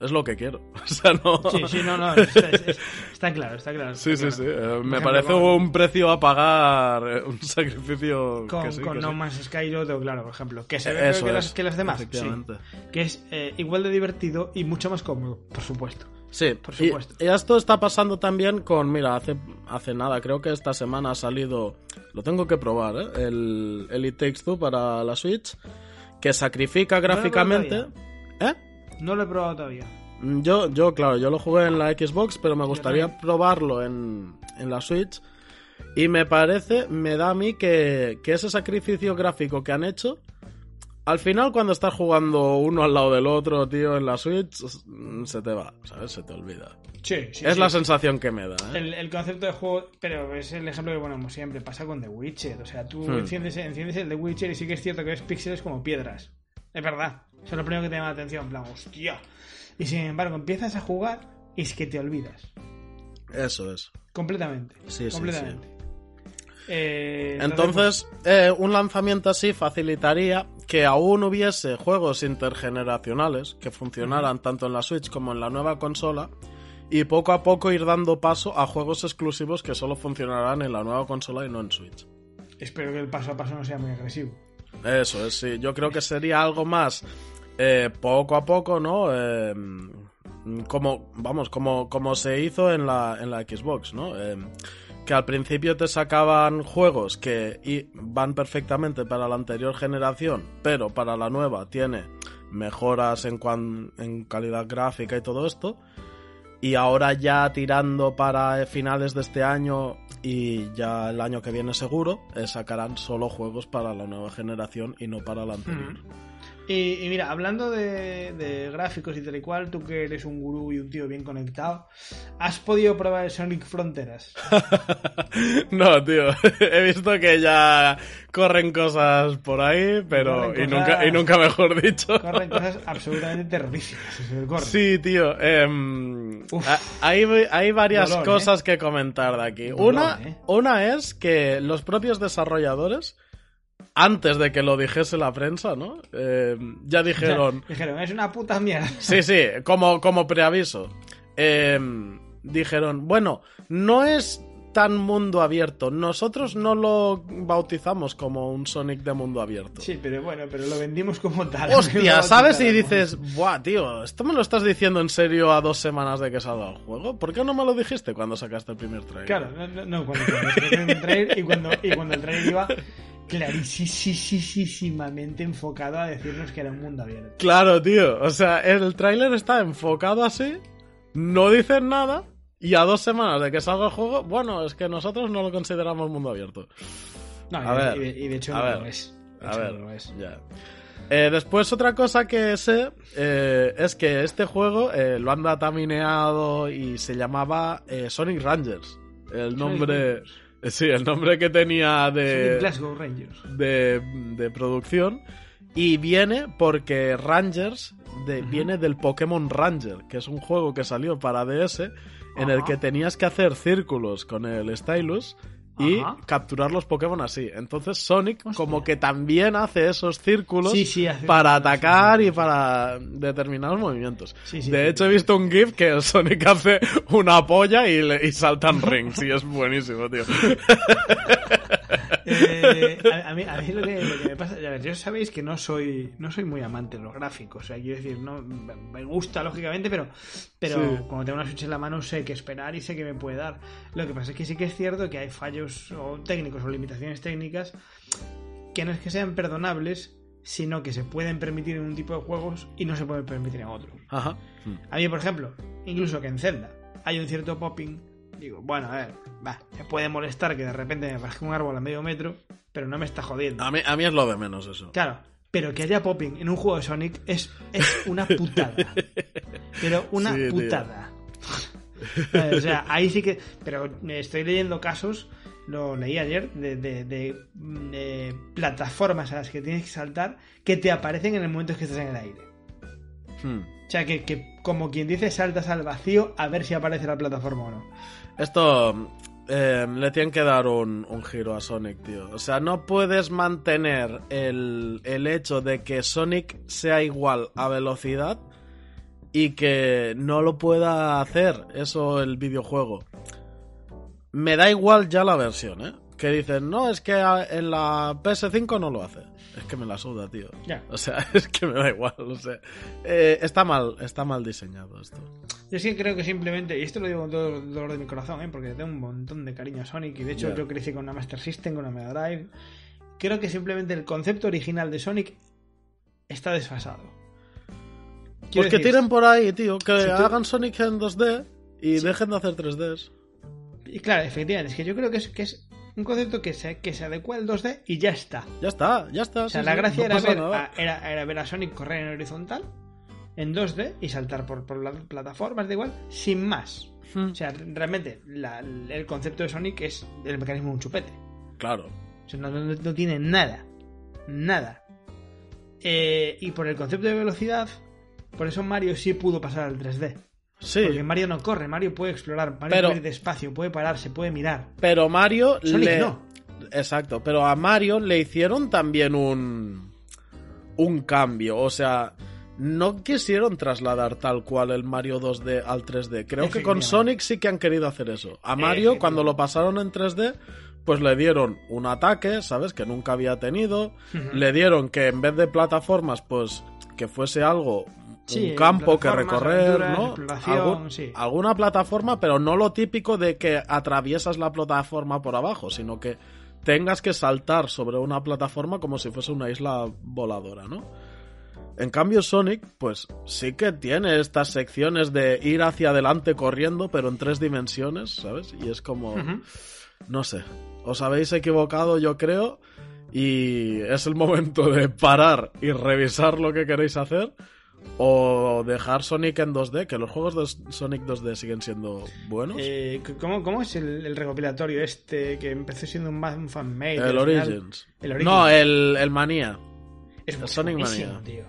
Es lo que quiero. O sea, no. Sí, sí, no, no. Está, es- está claro, está claro. Sí, está sí, sí. claro. Eh, Por me ejemplo, parece con- un precio a pagar, eh, un sacrificio Con, que sí, con que No sí. Man's Sky lo tengo claro, por ejemplo. Que se ve Eso peor que, las, es, que las demás. Sí. efectivamente. Que es eh, igual de divertido y mucho más cómodo, por supuesto. Sí, Por y- supuesto. Y, esto está pasando también con, mira, hace, hace nada, creo que esta semana ha salido, lo tengo que probar, ¿eh? el, el It Takes Two para la Switch, que sacrifica lo he probado gráficamente... ¿Eh? No lo he probado todavía. Mm, Yo, yo, claro, yo lo jugué en la Xbox, pero me gustaría probarlo en, en la Switch. Y me parece, me da a mí que, que ese sacrificio gráfico que han hecho, al final cuando estás jugando uno al lado del otro, tío, en la Switch, mm, se te va, ¿sabes? Se te olvida. Sí, sí. es sí. la sensación que me da. ¿eh? el, el concepto de juego, pero es el ejemplo que ponemos siempre, pasa con The Witcher. O sea, tú Hmm. enciendes, enciendes el The Witcher y sí que es cierto que ves píxeles como piedras. Es verdad. Eso es lo primero que te llama la atención, en plan, hostia. Y sin embargo, empiezas a jugar y es que te olvidas. Eso es. Completamente. Sí, sí, completamente. Eh, Entonces, eh, un lanzamiento así facilitaría que aún hubiese juegos intergeneracionales que funcionaran tanto en la Switch como en la nueva consola y poco a poco ir dando paso a juegos exclusivos que solo funcionarán en la nueva consola y no en Switch. pues, espero que el paso a paso no sea muy agresivo. Eso es, sí. Yo creo que sería algo más eh, poco a poco, ¿no? Eh, como, vamos, como, como se hizo en la, en la Xbox, ¿no? Eh, que al principio te sacaban juegos que i- van perfectamente para la anterior generación, pero para la nueva tiene mejoras en, cuan- en calidad gráfica y todo esto. Y ahora ya tirando para eh, finales de este año y ya el año que viene seguro, eh, sacarán solo juegos para la nueva generación y no para la anterior. Mm. Y, y mira, hablando de, de gráficos y tal y cual, tú que eres un gurú y un tío bien conectado, ¿has podido probar el Sonic Fronteras? No, tío, he visto que ya corren cosas por ahí, pero... Corren Y, cosas- nunca, y nunca mejor dicho. Corren cosas absolutamente terroríficas. eso corre. Sí, tío. em, Uf. a- hay, hay varias Dolor, ¿eh? cosas que comentar de aquí. Dolor, una, ¿eh? una es que los propios desarrolladores, antes de que lo dijese la prensa, ¿no? Em, ya O sea, dijeron... dijeron, es una puta mierda. Sí, sí, como, como preaviso. Em, dijeron, bueno, no es tan mundo abierto. Nosotros no lo bautizamos como un Sonic de mundo abierto. Sí, pero bueno, pero lo vendimos como tal. Hostia, Una ¿sabes? putada, Y ¿no? dices, buah, tío, ¿esto me lo estás diciendo en serio a dos semanas de que salga el juego? ¿Por qué no me lo dijiste cuando sacaste el primer trailer? Claro, no, no, no, cuando, cuando se ve un trailer y cuando, y cuando el trailer iba clarísimamente enfocado a decirnos que era un mundo abierto. Claro, tío. O sea, el tráiler está enfocado así, no dicen nada, y a dos semanas de que salga el juego, bueno, es que nosotros no lo consideramos mundo abierto. No, y, A de- ver, y de, y de hecho a no ver, lo es. De A hecho, ver, no lo es. ya. Eh, después otra cosa que sé eh, es que este juego eh, lo han datamineado y se llamaba eh, Sonic Rangers. El nombre... Rangers. eh, Sí, el nombre que tenía Sonic de, Glasgow Rangers. de, de producción. Y viene porque Rangers de- viene del Pokémon Ranger, que es un juego que salió para DS en el Ajá. que tenías que hacer círculos con el Stylus y Ajá. capturar los Pokémon así. Entonces Sonic como que también hace esos círculos Sí, sí, hace para círculos, atacar y para determinados movimientos. Sí, sí, de sí, hecho sí. he visto un GIF que Sonic hace una polla y, le- y saltan rings y es buenísimo, tío. Eh, a, a mí, a mí lo, que, lo que me pasa, a ver, yo sabéis que no soy, no soy muy amante de los gráficos, o sea, quiero decir, no, me me gusta lógicamente, pero, pero Sí. cuando tengo una Switch en la mano sé qué esperar y sé qué me puede dar. Lo que pasa es que sí que es cierto que hay fallos o técnicos o limitaciones técnicas que no es que sean perdonables, sino que se pueden permitir en un tipo de juegos y no se pueden permitir en otro. Ajá. A mí, por ejemplo, incluso que en Zelda hay un cierto popping, digo, bueno, a ver, va, me puede molestar que de repente me parezca un árbol a medio metro, pero no me está jodiendo. A mí, a mí es lo de menos eso. Claro, pero que haya popping en un juego de Sonic es, es una putada. Pero una Sí, tío. putada. o sea, ahí sí que. Pero me estoy leyendo casos lo leí ayer, de, de- de- de plataformas a las que tienes que saltar que te aparecen en el momento en que estás en el aire. Hmm. O sea, que, que como quien dice, saltas al vacío a ver si aparece la plataforma o no. Esto eh, le tienen que dar un, un giro a Sonic, tío. O sea, no puedes mantener el, el hecho de que Sonic sea igual a velocidad y que no lo pueda hacer eso el videojuego. Me da igual ya la versión, ¿eh? Que dicen, no, es que a- en la PS5 no lo hace. Es que me la suda, tío. Ya. O sea, es que me da igual. O sea, eh, está mal, está mal diseñado esto. Yo sí creo que simplemente, y esto lo digo con todo el dolor de mi corazón, ¿eh? porque le tengo un montón de cariño a Sonic, y de hecho Ya. yo crecí con una Master System, con una Mega Drive. Creo que simplemente el concepto original de Sonic está desfasado. Quiero Pues que decir, tiren por ahí, tío. Que si tú- hagan Sonic en 2D y dejen de hacer 3Ds. Y claro, efectivamente, es que yo creo que es, que es un concepto que se, que se adecua al 2D y ya está. Ya está, ya está. O sea, sí, la sí, gracia no era, pasa ver nada. a, era, era ver a Sonic correr en horizontal, en 2D, y saltar por, por las plataformas, da igual, sin más. Hmm. O sea, realmente la- el concepto de Sonic es el mecanismo de un chupete. Claro. O sea, no, no- no tiene nada. Nada. Eh, y por el concepto de velocidad, por eso Mario sí pudo pasar al 3D. Sí, Porque Mario no corre, Mario puede explorar, Mario Pero- puede ir despacio, puede pararse, puede mirar. pero Mario Sonic le... no. Exacto, pero a Mario le hicieron también un... Un cambio, o sea... No quisieron trasladar tal cual el Mario 2D al 3D. Creo que con Efectivamente. Sonic sí que han querido hacer eso. A Mario, cuando lo pasaron en 3D, pues le dieron un ataque, ¿sabes? Que nunca había tenido. Le dieron que en vez de plataformas, pues que fuese algo, Sí, un campo que plataformas, recorrer, aventuras, ¿no? exploración, Algún- sí. Alguna plataforma, pero no lo típico de que atraviesas la plataforma por abajo, sino que tengas que saltar sobre una plataforma como si fuese una isla voladora, ¿no? En cambio, Sonic, pues sí que tiene estas secciones de ir hacia adelante corriendo, pero en tres dimensiones, ¿sabes? Y es como. Ujú. No sé. Os habéis equivocado, yo creo. Y es el momento de parar y revisar lo que queréis hacer. O dejar Sonic en 2D, que los juegos de S- Sonic 2D siguen siendo buenos. Eh, ¿cómo, cómo es el, el recopilatorio este que empezó siendo un, ma- un fanmade? y el, al final- Origins. el Origins. No, el, el Manía. Es, el Sonic buenísimo, Mania. tío.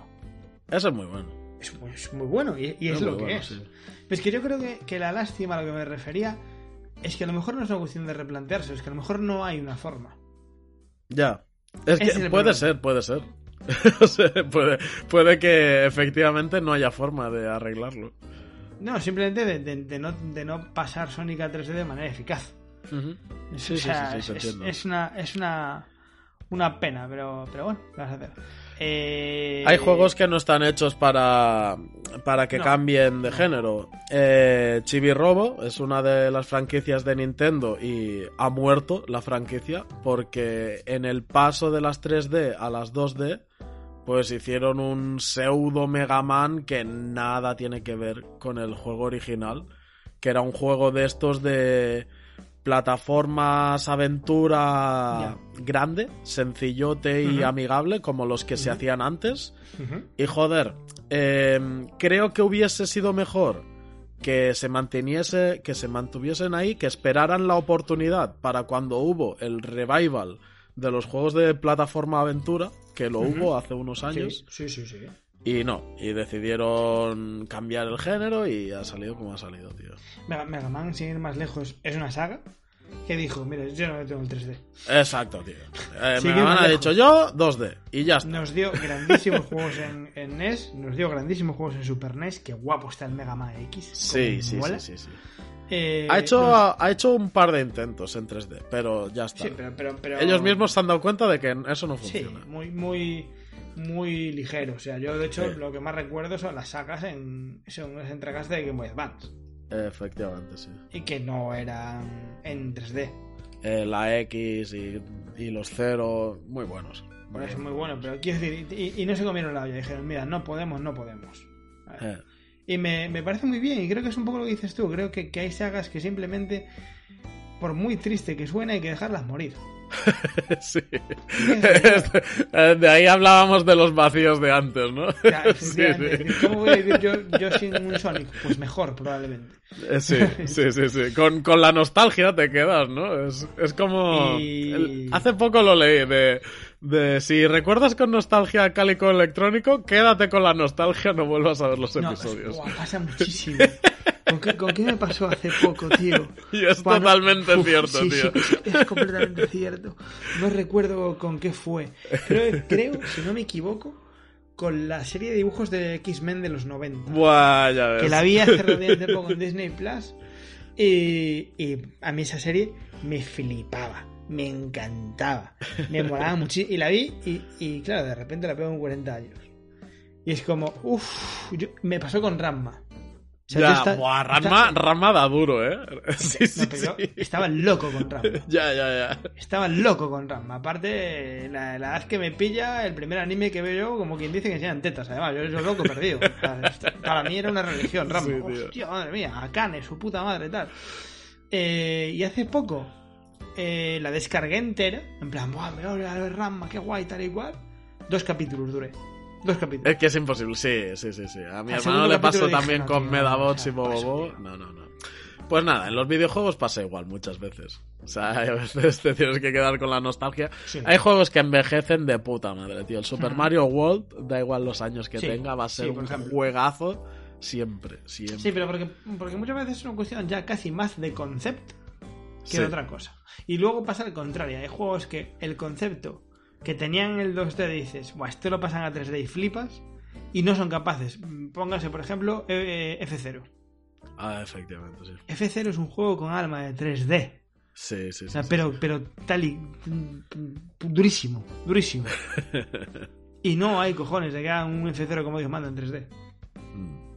Ese es muy bueno. Es, muy- es muy bueno y, y es, lo muy que bueno, es. sí. Pues que yo creo que, que la lástima a lo que me refería es que a lo mejor no es una cuestión de replantearse, es que a lo mejor no hay una forma. Ya. Es Ese que es el puede problema. ser, puede ser. O sea, puede, puede que efectivamente no haya forma de arreglarlo. No, simplemente de, de- de no, de no pasar Sonic a 3D de manera eficaz. Sí, O sí, sí, sea, sí, es, te es- entiendo. es una, es una, una pena, pero, pero bueno, ¿qué vas a hacer? Eh, Hay juegos que no están hechos para, para que No. cambien de género. Eh, Chibi Robo es una de las franquicias de Nintendo y ha muerto la franquicia porque en el paso de las 3D a las 2D pues hicieron un pseudo Mega Man que nada tiene que ver con el juego original, que era un juego de estos de plataformas, aventura grande, sencillote y Ujú. amigable como los que se hacían antes. Ujú. Y joder, em, creo que hubiese sido mejor que se manteniese, que se mantuviesen ahí, que esperaran la oportunidad para cuando hubo el revival de los juegos de plataforma aventura, que lo hubo hace unos años, Sí, sí, sí. sí. y no, y decidieron cambiar el género y ha salido como ha salido, tío. Mega, Mega Man, sin ir más lejos, es una saga que dijo, mire, yo no le tengo el 3D. Exacto, tío. Eh, Sigue Mega Man más ha lejos. dicho yo 2D y ya está. Nos dio grandísimos juegos en, en NES, nos dio grandísimos juegos en Super NES, que guapo está el Mega Man X. Sí, como sí, sí, mola. sí, sí. Eh, Ha hecho, nos- ha hecho un par de intentos en 3D, pero ya está. sí, pero, pero- pero- Ellos mismos se han dado cuenta de que eso no Sí, funciona. muy, muy, muy ligero. O sea, yo de hecho Sí. lo que más recuerdo son las sagas en. son las entregas de Game Boy Advance. Efectivamente, sí. Y que no eran en 3D. Eh, la X y, y los cero, muy buenos. Eh, Por eso es muy bueno. Pero quiero decir, y, y no se comieron la olla. Dijeron, mira, no podemos, no podemos. Eh, Y me, me parece muy bien, y creo que es un poco lo que dices tú. Creo que, que hay sagas que simplemente por muy triste que suene, hay que dejarlas morir. sí. Eh, de ahí hablábamos de los vacíos de antes, ¿no? O sea, sí, efectivamente, sí. ¿Cómo voy a vivir yo, yo sin un Sonic? Pues mejor, probablemente. Eh, Sí, sí, sí, sí. Con, con la nostalgia te quedas, ¿no? Es, es como... Y- el- hace poco lo leí de, de... Si recuerdas con nostalgia a Cálico Electrónico, quédate con la nostalgia, no vuelvas a ver los No, episodios. es- buah, pasa muchísimo. ¿Con qué, con qué me pasó hace poco, tío? Y es Buah, no- totalmente Uf, cierto, sí, tío. sí, es completamente cierto. No recuerdo con qué fue. Creo, creo, si no me equivoco, con la serie de dibujos de X-Men de los 90. Buah, ya ves. que la vi hace relativamente poco en Disney Plus. Y, y a mí esa serie me flipaba, me encantaba, me molaba muchísimo. Y la vi, y, y claro, de repente la veo con 40 años. Y es como, uff, me pasó con Ramma. O sea, Ya, yo esta- buah, esta- Ranma, Ranma da duro, ¿eh? Sí, no, sí, pero sí. yo Estaba loco con Ramma. Ya, ya, ya. Estaba loco con Ranma. Aparte, la, la edad que me pilla, el primer anime que veo yo, como quien dice que enseñan tetas. Además, yo soy loco perdido. O sea, Para mí era una religión, Ranma. Sí, tío. Hostia, madre mía, Akane, su puta madre, tal. Eh, y hace poco eh, la descargué entera. En plan, ¡buah, me voy a ver Ranma, qué guay, tal y cual! Dos capítulos duré. Dos capítulos. Es que es imposible, sí, sí, sí, sí. A mi Al hermano segundo le capítulo pasó dije, también no, con tío, Medabots y no, no, Bobobo. paso, No, no, no. Pues nada, en los videojuegos pasa igual muchas veces. O sea, a veces te tienes que quedar con la nostalgia. Sí. Hay juegos que envejecen de puta madre, tío. El Super Ujú. Mario World, da igual los años que Sí, tenga, va a sí, ser por un ejemplo. juegazo siempre, siempre. Sí, pero porque, porque muchas veces es una cuestión ya casi más de concepto que Sí. de otra cosa. Y luego pasa al contrario. Hay juegos que el concepto que tenían en el 2D dices, Buah, esto lo pasan a 3D y flipas, y no son capaces. Mm, Póngase, por ejemplo, eh, eh, F0. Ah, efectivamente, sí. F0 es un juego con alma de 3D. Sí, sí, O sí. sea, sí. pero, pero tal y. mm, durísimo, durísimo. y no hay cojones de que hagan un F0 como Dios manda en 3D. Mm.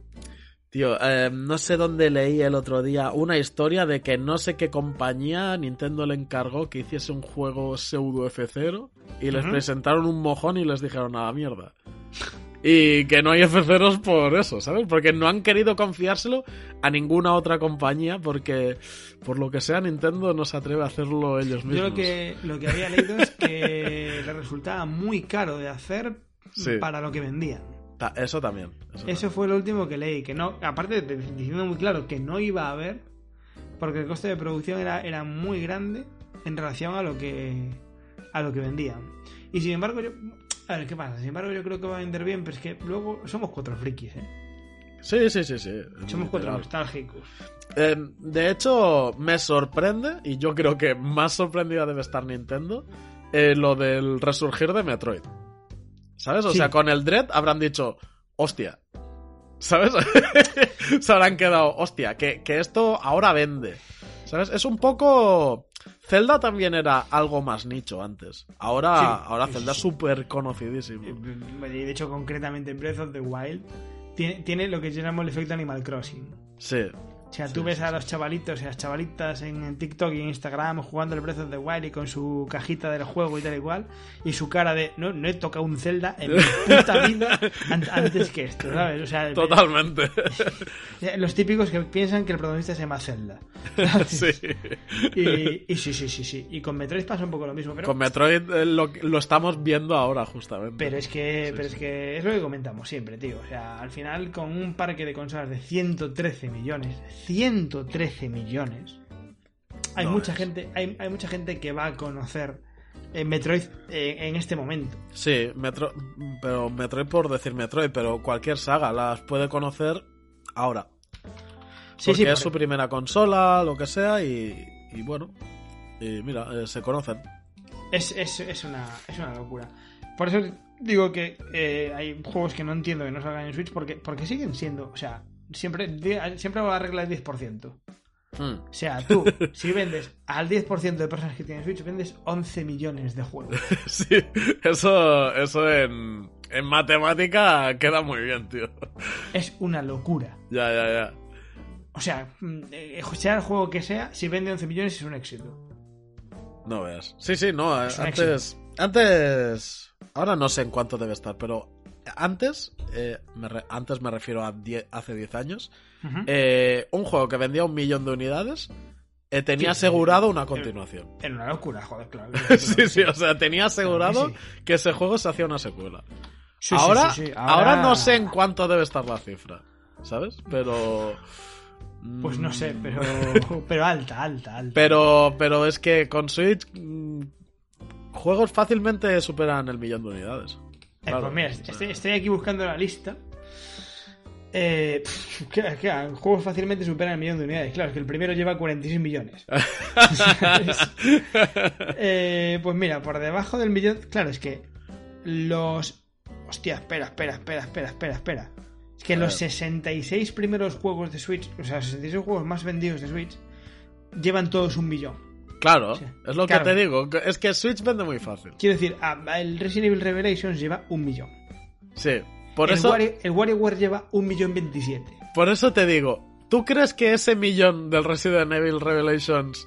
Tío, eh, no sé dónde leí el otro día una historia de que no sé qué compañía Nintendo le encargó que hiciese un juego pseudo F0 y les Ujú. presentaron un mojón y les dijeron a la mierda. Y que no hay F0s por eso, ¿sabes? Porque no han querido confiárselo a ninguna otra compañía porque por lo que sea Nintendo no se atreve a hacerlo ellos mismos. Yo lo que, lo que había leído es que le resultaba muy caro de hacer Sí. para lo que vendían. Ta- eso también. Eso Eso fue lo último que leí, que no, aparte de- diciendo muy claro que no iba a haber, porque el coste de producción era, era muy grande en relación a lo que a lo que vendían. Y sin embargo, yo a ver qué pasa, sin embargo yo creo que va a vender bien, pero es que luego somos cuatro frikis, ¿eh? también. Sí, sí, sí, sí. Somos cuatro Literal. nostálgicos. Eh, de hecho, me sorprende, y yo creo que más sorprendida debe estar Nintendo, eh, lo del resurgir de Metroid. ¿Sabes? O Sí. sea, con el Dread habrán dicho, hostia. ¿Sabes? Se habrán quedado, hostia, que, que esto ahora vende. ¿Sabes? Es un poco... Zelda también era algo más nicho antes. Ahora, Sí. ahora Sí, Zelda es sí. súper conocidísimo. Y de hecho concretamente Breath of the Wild tiene, tiene lo que llamamos el efecto Animal Crossing. Sí. O sea, Sí, tú ves sí, a sí. los chavalitos y las chavalitas en, en TikTok y en Instagram jugando el Breath of the Wild y con su cajita del juego y tal y cual, y su cara de no, no he tocado un Zelda en mi puta vida an- antes que esto, ¿sabes? O sea, Totalmente. eh, los típicos que piensan que el protagonista se llama Zelda. sí. Y, y sí, sí, sí, sí. Y con Metroid pasa un poco lo mismo, pero, Con Metroid eh, lo, lo estamos viendo ahora, justamente. pero es que, Sí, pero es sí. que es lo que comentamos siempre, tío. O sea, al final con un parque de consolas de 113 millones, 113 millones. hay No mucha es. gente hay, hay mucha gente que va a conocer eh, Metroid eh, en este momento Sí, Metro... pero Metroid por decir Metroid, pero cualquier saga las puede conocer ahora. sí porque sí es su porque- primera consola, lo que sea, y, y bueno, y mira, eh, se conocen. es, es- es una es una locura por eso digo que eh, hay juegos que no entiendo que no salgan en Switch porque porque siguen siendo o sea siempre di- siempre va la regla del 10% o sea, tú, si vendes al 10% de personas que tienen Switch, vendes 11 millones de juegos. Sí, eso, eso en, en matemática queda muy bien, tío. Es una locura. Ya, ya, ya. O sea, mm, eh, sea el juego que sea, si vende 11 millones es un éxito. No veas. Sí, sí, no. eh, Es un Antes. Antes. Ahora no sé en cuánto debe estar, pero antes. eh, me re- antes me refiero a die- hace 10 años. Ujú. eh, un juego que vendía un millón de unidades. eh, tenía Sí. asegurado una continuación. Era una locura, joder, claro. Eh, Sí, sí, o sea, tenía asegurado Sí, que ese juego se hacía una secuela. Sí, sí, ahora, sí, sí. ahora... no sé en cuánto debe estar la cifra, ¿sabes? Pero... Pues no sé, mm, pero, pero alta, alta, alta. Pero, pero es que con Switch mm, juegos fácilmente superan el millón de unidades. Eh, Claro, pues mira, o sea, estoy, estoy aquí buscando la lista. Eh, pf, que- que juegos fácilmente superan el millón de unidades. Claro, es que el primero lleva 46 millones. Eh, pues mira, por debajo del millón. Claro, es que los. Hostia, espera, espera, espera, espera, espera, espera. Es que A los ver. 66 primeros juegos de Switch, o sea, los 66 juegos más vendidos de Switch, llevan todos un millón. Claro, Sí. es lo Claro. que te digo. que- Es que Switch vende muy fácil. Quiero decir, a- a el Resident Evil Revelations lleva un millón. Sí. Por el, eso, Wario- el WarioWare lleva un millón 27. por eso te digo. ¿Tú crees que ese millón del Resident Evil Revelations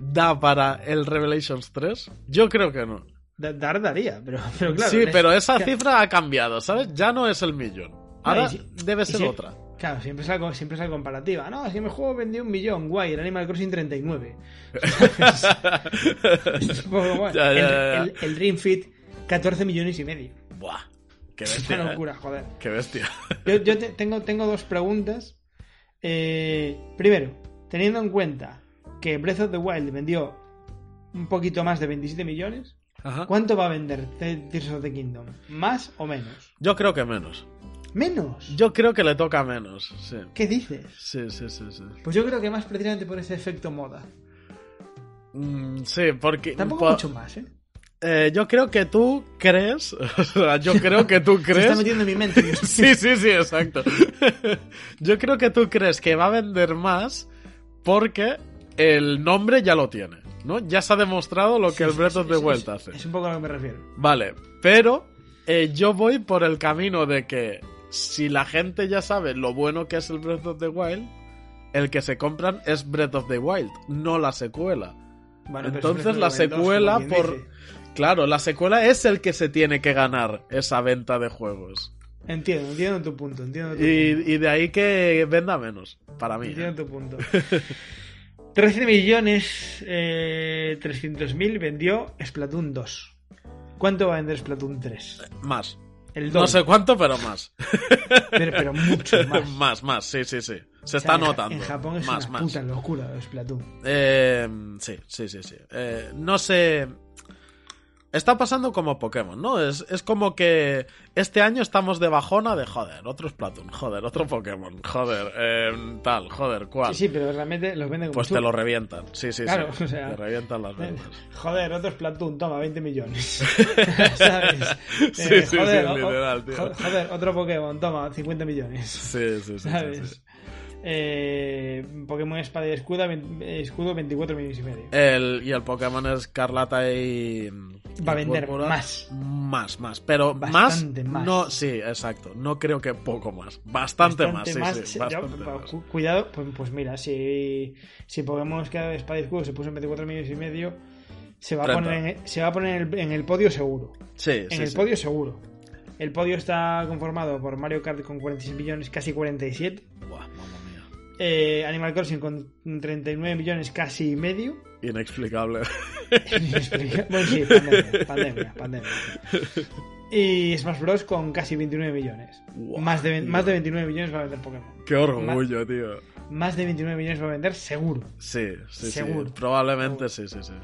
da para el Revelations 3? Yo creo que no. Da- Dar daría, pero, pero claro. sí, les- pero esa ca- cifra ha cambiado, ¿sabes? Ya no es el millón. Ahora y si- debe y ser si- otra. Claro, siempre es, la, co- siempre es la comparativa. No, es que mi juego vendió un millón, guay, el Animal Crossing 39. Es como, bueno, Ya, ya, el, ya, ya. el- el Dream Fit, 14 millones y medio. Buah, qué Qué bestia. ¿eh? locura, joder. Qué bestia. Yo, yo te- tengo, tengo dos preguntas. Eh, primero, teniendo en cuenta que Breath of the Wild vendió un poquito más de 27 millones, Ajá. ¿cuánto va a vender Te- Tears of the Kingdom? ¿Más o menos? Yo creo que menos. ¿Menos? Yo creo que le toca menos, sí. ¿Qué dices? Sí, sí, sí, sí. Pues yo creo que más precisamente por ese efecto moda. Mm, sí, porque... Tampoco po- mucho más, ¿eh? eh, yo creo que tú crees... O sea, yo creo que tú Se está crees... metiendo en mi mente. Dios. Sí, sí, sí, exacto. Yo creo que tú crees que va a vender más porque el nombre ya lo tiene, ¿no? Ya se ha demostrado lo que el Breath of the Es- Wild es- hace. Es un poco a lo que me refiero. Vale, pero eh, yo voy por el camino de que si la gente ya sabe lo bueno que es el Breath of the Wild, el que se compran es Breath of the Wild, no la secuela. Bueno, pero Entonces, siempre la estuvo en dos, secuela como quien por- dice. Claro, la secuela es el que se tiene que ganar esa venta de juegos. Entiendo, entiendo tu punto, entiendo tu Y, y de ahí que venda menos, para mí. ¿eh? Entiendo tu punto. 13 millones eh, 300 mil vendió Splatoon 2. ¿Cuánto va a vender Splatoon 3? Más. El 2. No sé cuánto, pero más. pero, pero mucho más. más, más, sí, sí, sí. Se O sea, está en Ja- notando. En Japón es más, una más. puta locura lo de Splatoon. Eh, sí, sí, sí, sí. Eh, no sé. Está pasando como Pokémon, ¿no? Es, es como que este año estamos de bajona de joder, otro Splatoon, joder, otro Pokémon, joder, eh, tal, joder, cual. Sí, sí, pero realmente los venden como pues tú. te lo revientan, sí, sí, Claro, sí. o sea, te revientan las ventas. Joder, otro Splatoon, toma, 20 millones. ¿Sabes? Eh, Sí, sí, sí, literal, tío. jo- Joder, otro Pokémon, toma, 50 millones. Sí, sí, sí. sí, sí. ¿Sabes? Eh, Pokémon Espada y Escudo, vein- eh, escudo 24 millones y Eh, medio. El, y el Pokémon Escarlata y. Va a y vender Púrpura, más. Más, más. Pero Bastante más, más. No, sí, exacto. No creo que poco más. Bastante, más, sí, sí. ya, bastante pa- más. cu- Cuidado, pues, pues mira, si, si Pokémon Espada y Escudo se puso en 24 millones y medio, se va a 30. poner, en, se va a poner en, el, en el podio seguro. Sí, En sí, el sí. podio seguro. El podio está conformado por Mario Kart con 46 millones, casi 47. Buah, mamma mía. eh, Animal Crossing con 39 millones, casi y medio. Inexplicable. bueno, sí, pandemia, pandemia, pandemia. Y Smash Bros. con casi 29 millones. Guau, más, de, ve- tío. más de 29 millones va a vender Pokémon. Qué orgullo, tío. Más de 29 millones va a vender seguro. Sí, sí, sí. Seguro. Probablemente sí, sí, sí.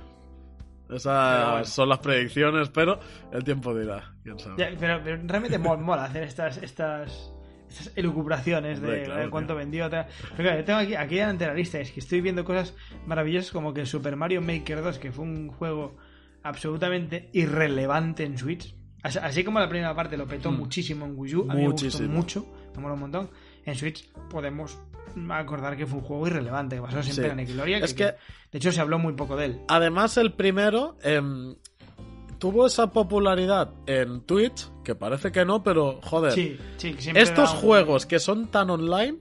Esas Pero bueno. son las predicciones, pero el tiempo dirá. ¿Quién sabe? Ya, pero, pero realmente mol- mola hacer estas estas estas elucubraciones de, Hombre, claro, de cuánto tío. vendió. tal. Pero claro, yo tengo aquí, aquí delante la lista. Es que estoy viendo cosas maravillosas como que Super Mario Maker 2, que fue un juego absolutamente irrelevante en Switch. As- Así como la primera parte lo petó muchísimo en Wii U, a mí me gustó Hmm. Muchísimo. mucho, me mola un montón. En Switch podemos acordar que fue un juego irrelevante, que pasó sin Sí. pena ni gloria. Es que- de hecho se habló muy poco de él. Además, el primero em, tuvo esa popularidad en Twitch, que parece que no, pero joder. Sí, sí, que siempre Estos era un- juegos que son tan online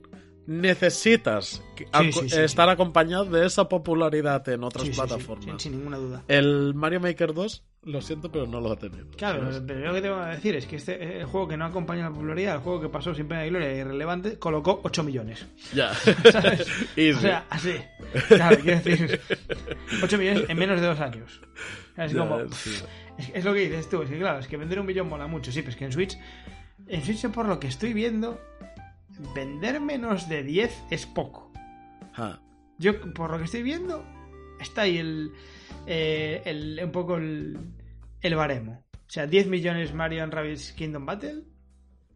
necesitas que- aco- sí, sí, estar acompañado de esa popularidad en otras Sí, sí, sí, plataformas. sin- sin ninguna duda. El Mario Maker 2, lo siento, pero no lo ha tenido. Claro, ¿sabes? pero yo lo que te voy a decir es que este eh, el juego que no acompaña la popularidad, el juego que pasó sin pena y gloria e irrelevante, colocó 8 millones. ya. ¿Sabes? Easy. O sea, así. Claro, quiero decir, 8 millones en menos de dos años. Es Ya, como. sí. Es, es lo que dices tú, es que claro, es que vender un millón mola mucho, sí, pero es que en Switch, en Switch, por lo que estoy viendo, vender menos de 10 es poco. Ah, Yo, por lo que estoy viendo, está ahí el. eh, el- un poco el, el baremo. O sea, 10 millones Mario and Rabbids Kingdom Battle,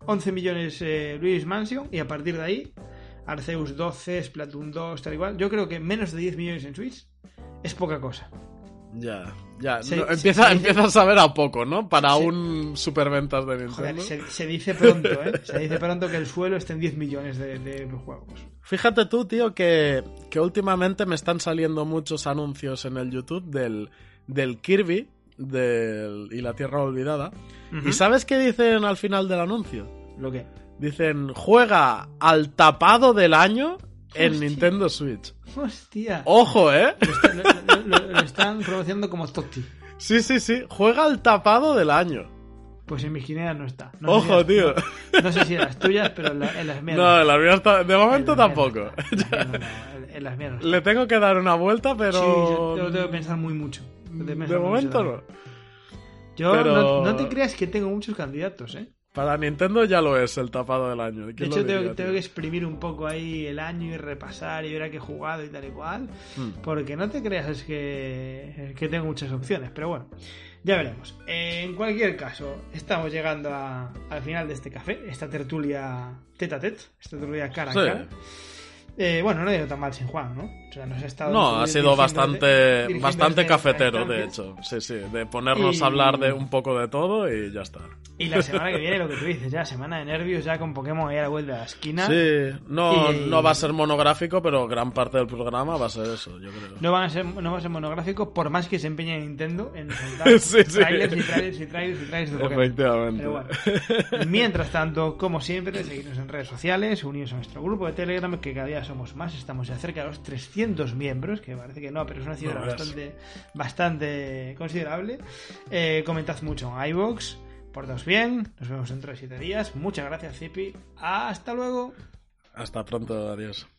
11 millones eh, Luigi's Mansion, y a partir de ahí, Arceus 12, Splatoon 2, tal igual. Yo creo que menos de 10 millones en Switch es poca cosa. ya, ya. Se- No, se- empieza, se- empieza a saber a poco, ¿no? Para Se- un superventas de Joder, Nintendo. se, se dice pronto, ¿eh? Se dice pronto que el suelo está en 10 millones de, de juegos. Fíjate tú, tío, que, que últimamente me están saliendo muchos anuncios en el YouTube del, del Kirby del, y la Tierra Olvidada. ¿Y sabes qué dicen al final del anuncio? Lo que. Dicen, juega al tapado del año en Hostia. Nintendo Switch. ¡Hostia! Ojo, ¿eh? Lo, lo- lo- lo están pronunciando como Totti. Sí, sí, sí, juega al tapado del año. Pues en mis quineas no está. No sé si Ojo, las- tío. No sé si en las tuyas, pero en, la- en las mías. No, en la mía está- de las momento mías tampoco. no está. En las mías no, en- en las mías no está. Le tengo que dar una vuelta, Sí, yo pero... tengo que pensar muy mucho. Tengo que pensar de mucho momento también. no. Yo pero- no, no te creas que tengo muchos candidatos, ¿eh? Para Nintendo ya lo es el tapado del año. De ¿Quién hecho, lo diría, tengo, tengo que tío? exprimir un poco ahí el año y repasar y ver a qué he jugado y tal y cual. Hmm. Porque no te creas es que, que tengo muchas opciones, pero bueno, ya veremos. En cualquier caso, estamos llegando a- al final de este café, esta tertulia tete a tete, esta tertulia cara a Sí. cara. Eh, bueno, no ha ido tan mal sin Juan, ¿no? O sea, nos ha estado No, ha sido dirigiendo desde- bastante, dirigiendo bastante desde cafetero, de distantes. hecho. Sí, sí, de ponernos Y- a hablar de un poco de todo y ya está. Y la semana que viene, lo que tú dices, ya semana de nervios, ya con Pokémon ahí a la vuelta de la esquina. Sí, no, Y- no va a ser monográfico, pero gran parte del programa va a ser eso, yo creo. No van a ser, no va a ser monográfico, por más que se empeñe Nintendo en soltar Sí, sí. trailers y trailers y trailers y trailers de Pokémon. Efectivamente. Pero bueno. Mientras tanto, como siempre, seguidnos en redes sociales, uniros a nuestro grupo de Telegram, que cada día somos más, estamos ya cerca de los 300 miembros, que parece que no, pero es una cifra No, verás. bastante, bastante considerable. Eh, comentad mucho en iVoox, portaos bien, nos vemos dentro de 7 días. Muchas gracias, Zipi. Hasta luego. Hasta pronto, adiós.